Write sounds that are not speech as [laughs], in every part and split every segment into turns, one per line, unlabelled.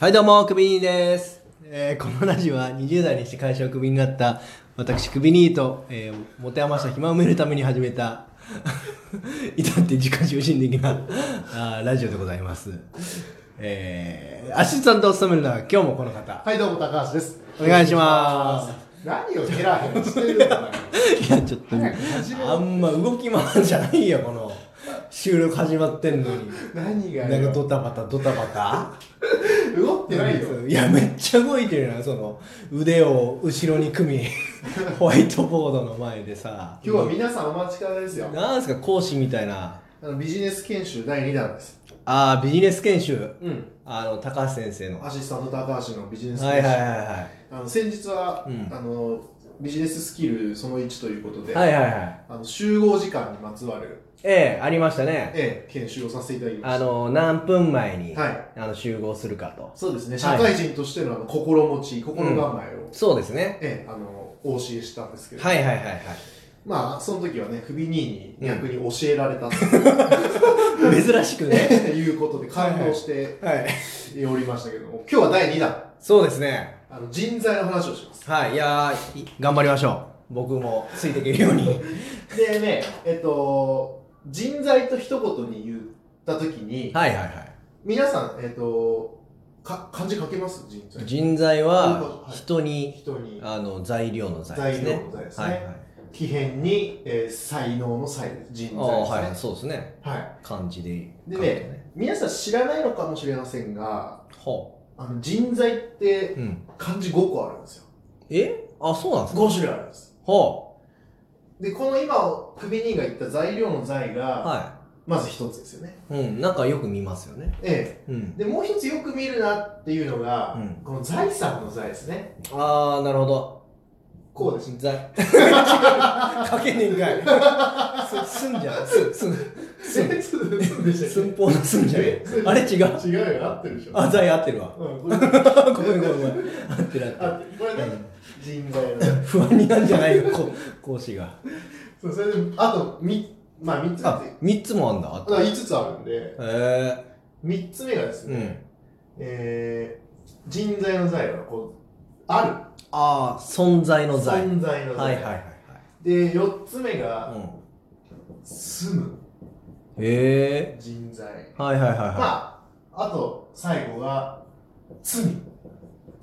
はいどうも、クビニーです。えーこのラジオは20代にして会社をクビになった私、クビニーと、えー持て余した暇を埋めるために始めた、 [laughs] 至って自己中心的なあーラジオでございます。えー、アシスタントを務めるのは今日もこの方。
はい、どうも高橋です。。
お願いします
何をヘラヘラしてるんだよ。
いや、ちょっと、
早く始めろ
あんま動き回んじゃないよ、この収録始まってんのに。
何が
なんかド
よ。
タバタドタバタ
動ってないよ。
いやめっちゃ動いてるなその腕を後ろに
[laughs]
組みホワイトボードの前でさ
今日は皆さんお待ちかねですよ。
なんすか講師みたいな
あのビジネス研修第2弾です。
ああビジネス研修
うん。
あの高橋先生の
ア
は
シスタント高橋のビジネ
い
ス
は
研
い
修。
はいは
あの先日は、
うん
あのビジネススキルその1ということ
い
で、
はいはいはい
あの集合時間にまつわる、
ええありましたね
ええ、研修をさせていただきま
あ
した。
の何分前に、
はい
あの集合するかと
そうですね。
い
社会人としてのあの心持ち、心構えを、
そうですね
ええ、あのお教えしたんですけれども。
はいはいはいはい
[laughs] まあ、その時はね、首に逆に教えられたって
珍しくね
いうことで感動して
はい
おりましたけども、今日は第2弾、
そうですね
あの人材の話をします。
はいいやーい頑張りましょう僕もついていけるよう
[laughs]
に
でね、えっと、人材と一言に言った時に、
はいはいはい
皆さん、えっと、か漢字書けます人材。
人材は
はい
人に、
人に、
あの材料の材ですね。
材料の材ですね
はいはい。
奇変に、えー才能の才です。人
あ
材
あ
ですね。
はいそうですね。
はい。
漢字で書
で
くと
ね
ね。、
皆さん知らないのかもしれませんが、
は
あの人材っ
あ。
て
うん。
漢字5個あるんですよ。
え？あそうなんですか。
5種類あるんです。
は
で、この今、クビ兄が言った材料の材が、
あ。は
まず一つですよね。
い。うんなんかよく見ますよね。
え
う
え。
ん。
で、もう一つよく見るなっていうのが、
うん
この財産の財ですね。
ああなるほど。
こうです。
財。書けねえん [laughs] かい。すすんじゃん。すすんすん [laughs]
え [laughs] そうでした
寸法のすんじゃん
え。
あれ違う。
違うよ、合ってるでしょ。
あ財合って
[laughs]
るわ。
うん、これ、
ごめんごめんごめん。合ってる合ってる
あこれね、人材の。
不安になるんじゃないよこ講師が。
そう、それで、あと、み、まあ、三つ目
あ三つもあんだ。あと
だから5つあるんで、
へ
三つ目がです
えう
ね、
ん。
えー、人材の財は、こう、あ
ああ、存在
る。
の在。
存在の
はい
財。
はいはい
で、四つ目が、
はい。
住む
うん、へえ。
人材。
はいはいはいは
まあ、あと最後が罪
い。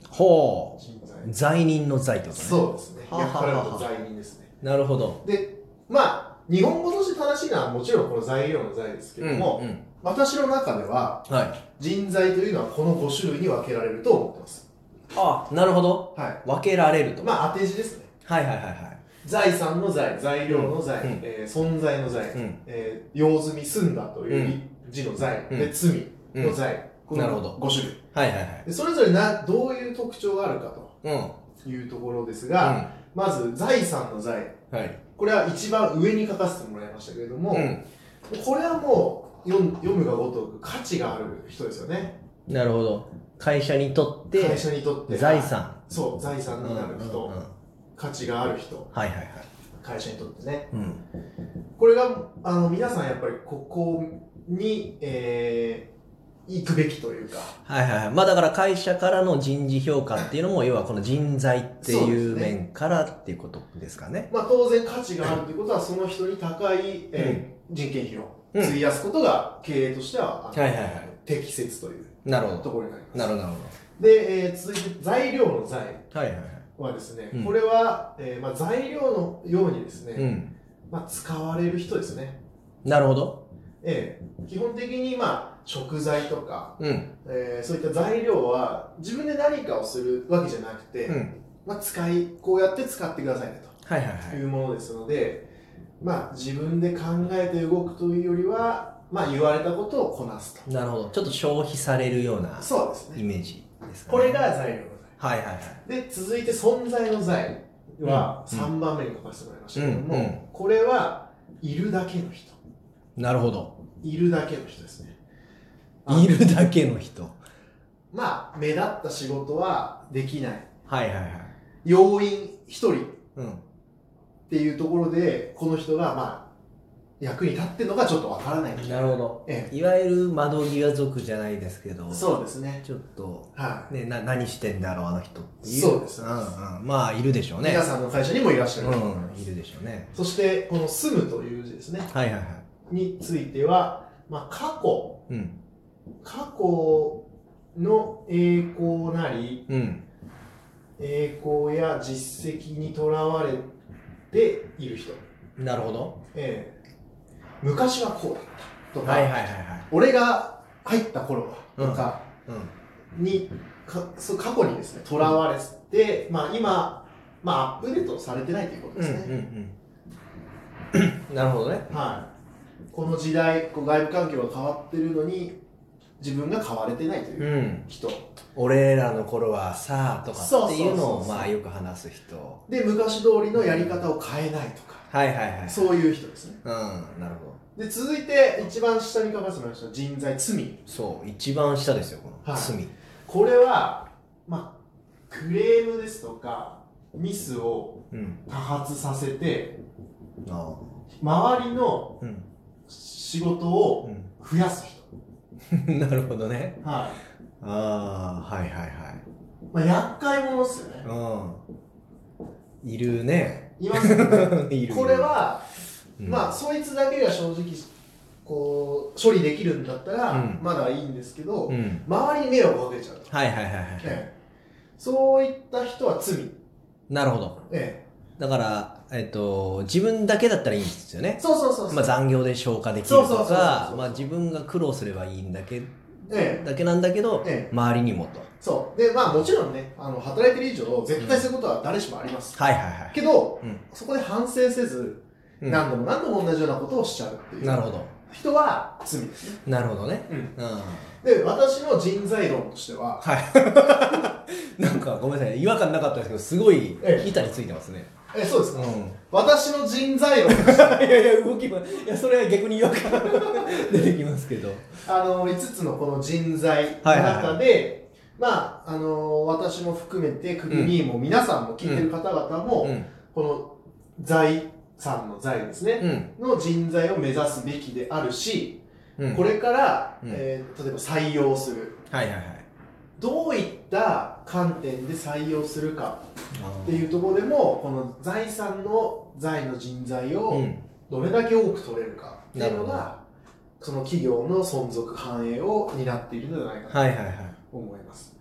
ほ
人
う。
罪
罪人の罪ってことね。
そうですね
はあ
逆
はあ
から
はあ
の罪人ですね
う。なるほど。
でまあ日本語として正しいのはもちろんこの材料の罪ですけども、
ん。
私の中では
はい。
人材というのはこの5種類に分けられると思ってます
あなるほど。
は
分けられる
い
と。
まあ当て字ですね
はいはいはいはい。
財産の財材料の財、
うん
えー存在の財、
うん
えー用済み済んだというう字の財、
うん
で罪の財、
うんなるほど
5種類
はいはいはい。
でそれぞれなどういう特徴があるか
うん。うん。
というところですが、まず財産の財
はい。
これは一番上に書かせてもらいましたけれども、
うん。
これはもう読む読むがごとく価値がある人ですよね
なるほど。会社にとって
会社にとって
財産。
そう財産になる人、
うんうんうん
価値がある人
はいはいはい。
会社にとってね
うん。
これがあの皆さんやっぱりここに、えー行くべきというか
はいはいはい。まあだから会社からの人事評価っていうのも、要はこの人材って
そうで
い
す
う
ね
面からっていうことですかね。
まあ、当然価値があるということはその人に高い、えー人件費を費やすことが経営としては、あの
はいはいはい
適切という
なるほ
と
ど。
ころになります。
なるほどなるほ
で、えー続いて材料の材
ど。はいはいはい。
はですね、
うん
これは、えーまあ、材料のようにですね、
うん。
まあ、使われる人ですね、
なるほど。
ええ基本的に、まあ、食材とか、
うん。
えーそういった材料は自分で何かをするわけじゃなくて、
うん。
まあ、使いこうやって使ってくださいね
はいはいは
とい
い。
うものですので、まあ、自分で考えて動くというよりは、まあ、言われたことをこなすと
なるほど。ちょっと消費されるような
そうです
イ
ね
メージですかね。
これが材料の材
はいはいはい。
で続いて存在の在は
うん
3番目に書かせてもらいましたけども、
うんうん
これはいるだけの人
なるほど。
いるだけの人ですねあ
いるだけの人。
まあ目立った仕事はできない
はいはいはい。
要員1人っ
うん。
ていうところでこの人がまあ役に立ってるのがちょっとわからない。
なるほど。
え
いわゆる窓際族じゃないですけど、
え、そうですね。
ちょっと、
はい、
ね、な、何してんだろう、あの人ってい
そうです
うんうん。まあ、いるでしょうね。
皆さんの会社にもいらっしゃると思いま
うん、
す
いるでしょうね。
そして、この住むという字ですね。
はいはいはい。
については、まあ、過去、
うん。
過去の栄光なり、
うん。
栄光や実績にとらわれている人。
なるほど。
ええ昔はこうだったとか、
はいはいはいはい。
俺が入った頃はとかに、かそう過去にですね、とらわれて、まあ今、まあアップデートされてないということ
う
で
ん。う
す
ん
ね。
うんうん。なるほどね。
はい、この時代こう外部環境が変わってるのに自分が変われてないという
うん。
人、
俺らの頃はさあとかっていうの
そうそうそう
を、
そう
まあ、よく話す人。は
で昔通りのやり方を変えないとか、
いはいはい。
そういう人ですね
うん。なるほど。
で続いて一番下に書かせてもらいました人材罪
そう。一番下ですよ、この。
はい
罪。
これはまあクレームですとかミスを
うん。
多発させて
ああ。
周りの
うん。
仕事を
うん。
増やす人、
[laughs] なるほどね。
は
ああ、はいはい
いまあ、厄介者ですよね
はい。うん。いるね。
いますよね
[laughs] いる。
これ、は
うん、
まあそいつだけが正直こう処理できるんだったら、
うん
まだいいんですけど、
うん。
周りに迷惑をかけちゃうと、
はいはいはいはい。
ええそういった人は罪、
なるほど。
え
だから、えっと、自分だけだったらいいんですよね
え、。そうそうそうそう、
まあ残業で消化できると
そうそうそうそう
か
そ、う
まあ自分が苦労すればいいんだけ、
ええ
だけなんだけど、
ええ
周りにもと。
そうでまあもちろんねあの働いてる以上絶対することは誰しもあります、
はいはいはい。
けど
うん
そこで反省せず、
うん。
何度も何度も同じようなことをしちゃうっていう
なるほど。
人は罪ですね、
なるほどね。うん。
で私の人材論としては
はい。なんかごめんなさい、違和感なかったですけど、すごい
ええ
板についてますね。
えそうですか、
うん。
私の人材論
いやいや動きはいやそれは逆に違和感 [laughs] 出てきますけど
[laughs] あの5つのこの人材の中で、まああの私も含めてクビニーも皆さんも聞いてる方々も、
うん
この財産の財ですね、
うん
の人材を目指すべきであるし、
うん
これから、
うん
えー例えば採用する
はいはいはい
どういった観点で採用するかって
う
いうところでもこの財産の財の人材
う
を
ん
どれだけ多く取れるかっていうのが、その企業の存続繁栄を担っているのではないかと
はいはいはい
思います。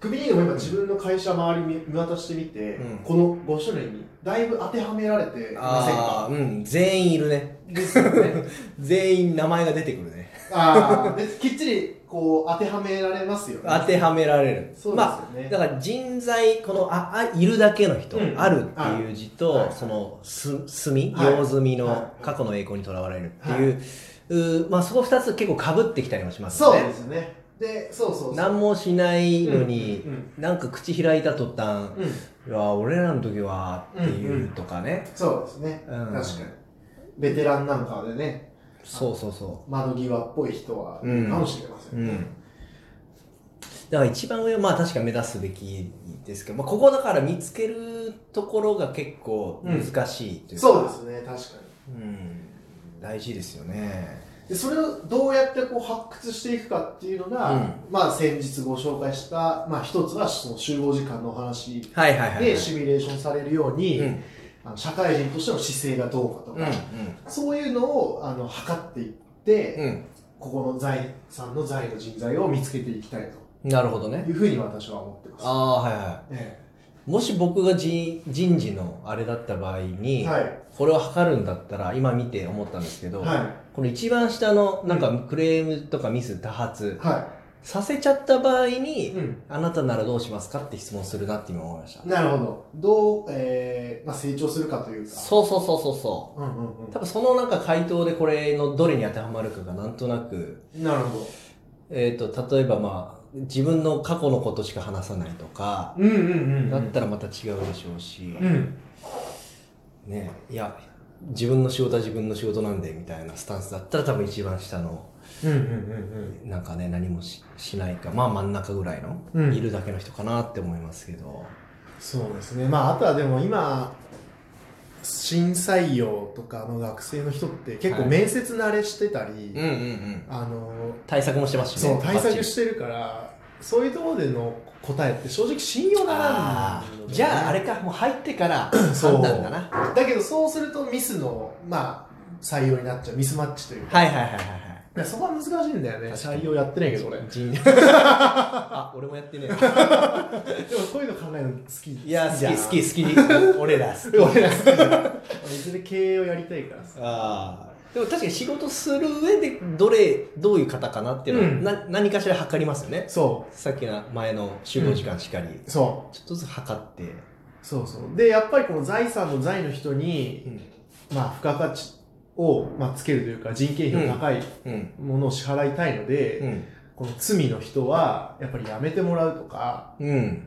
クビリーグも今自分の会社周り見見渡してみて、
うん
この5種類にだいぶ当てはめられていません
ああ
か
うん全員いるね
ですよね。
全員名前が出てくるね
ああ、できっちりこう当てはめられますよね。
当てはめられる
そうですよ
まあ
ね。
だから人材このああいるだけの人、
うん
あるっていう字と、
はい
そのす住み、
はい
用済み
は
の
い
過去の栄光にとらわれるっていう、うーまあそこ二つ結構かぶってきたりもします
そ
よ
う
ね
ですね。で、そうそうそう。
何もしないのに、
うんうん
なんか口開いた途端、
うんうん
いや俺らの時はっていうとかね、
そうですね。
うん
確かに。ベテランなんかでね、
そうそうそ
窓際っぽい人はいるかもしれませ
うんう
ね。
んだから一番上はまあ確か目指すべきですけど、まあ、ここだから見つけるところが結構難しいというか、
そうですね、確かに。
うん大事ですよね
でそれをどうやってこう発掘していくかっていうのが、
うん
まあ、先日ご紹介した、まあ、一つはその集合時間のお話
はいはいはい
でシミュレーションされるように、
うん
あの社会人としての姿勢がどうかと
うん
か、そういうのをあの測っていって、
うんうん
ここの財産の財の人材を見つけていきたい
なるほど
と
ね
いうふうに私は思ってます。
ああはいは
え
いもし僕が人人事のあれだった場合
え
に、
はい
これを測るんだったら今見て思ったんですけど、
は
この一番下のなんかクレームとかミス多発
いは
させちゃった場合
い、
に、
うん、
あなたならどうしますかって質問するなって今思いました。
なるほどどう、えーまあ、成長するかというか
そうそうそうそうそ
うんうん
う。多分そのなんか回答でこれのどれに当てはまるかがなんとなく、
うん、なるほど
えっ、と、例えばまあ、自分の過去のことしか話さないとか、
うんうんうんうん
だったらまた違うでしょうし、
うん
ね、いや、自分の仕事は自分の仕事なんでみたいなスタンスだったら多分一番下の、
うんうんうん
なんかね、何もししないか、まあ真ん中ぐらいの、
うん
いるだけの人かなって思いますけど。
そうですねまああとはでも今新採用とかの学生の人って結構
はい
面接慣れしてたり、
うんうんうん
あの
対策もしてますしね
そう対策
て
してるからそういうところでの答えって正直信用なら
あ
んの
ー
ね
じゃああれかもう入ってから
そう
判断だな
だけどそうするとミスのまあ採用になっちゃうミスマッチというか
はいはいはいはいはい
いやそこは難しいんだよね
確かに
採用やってないけど俺でも
[laughs] 人あ俺もやってね
そういうの考えるの好き
えいや好
じゃん
き好き好き俺ら好き
俺ら好きじゃん俺いずれ経営をやりたいからさ
あーでも確かに仕事する上でどれどういう方かなっていうのは、な何かしら測りますよね
そ
さっきの前の集合時間しかり、ちょ
うそう
っとずつ測って、
そうそうでやっぱりこの財産の財の人に、
ん
まあ、付加価値を、まあ、つけるというか人件費の高い
うん
ものを支払いたいので、
うん
この罪の人はやっぱりやめてもらうとか、
うん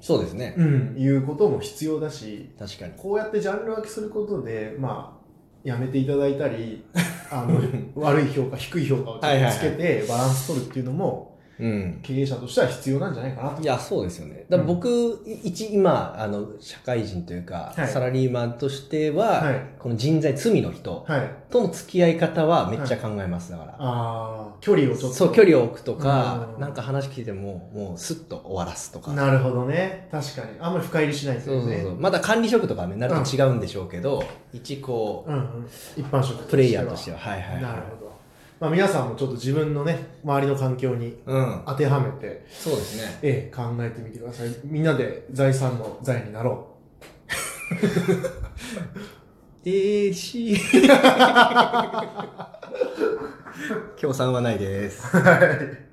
そうですね、
うん、いうことも必要だし
確かに
こうやってジャンル分けすることでまあやめていただいたりあ
[laughs]
の悪い評価低い評価をちょっとつけてバランス取るっていうのも
うん
経営者としては必要なんじゃないかなと
いやそうですよねだから僕、い一今あの社会人というか、
はい
サラリーマンとしては、
はい
この人材罪の人
はい
との付き合い方はめっちゃ考えます、だから
ああ距離をちょっと
そう距離を置くとか
うん
なんか話聞いてももうスッと終わらすとか
なるほどね確かにあんまり深入りしないです
そう
よ
そう
ね
そうまだ管理職とかはねなると違うんでしょうけど、一こう
うんうん、一般職としては
プレイヤーとしてははいはいはい
なるほど、まあ、皆さんもちょっと自分のね周りの環境に
うん
当てはめて、
そうですね
ええ、考えてみてくださいみんなで財産の財になろ
えー、し [laughs] 協賛はないです
うはい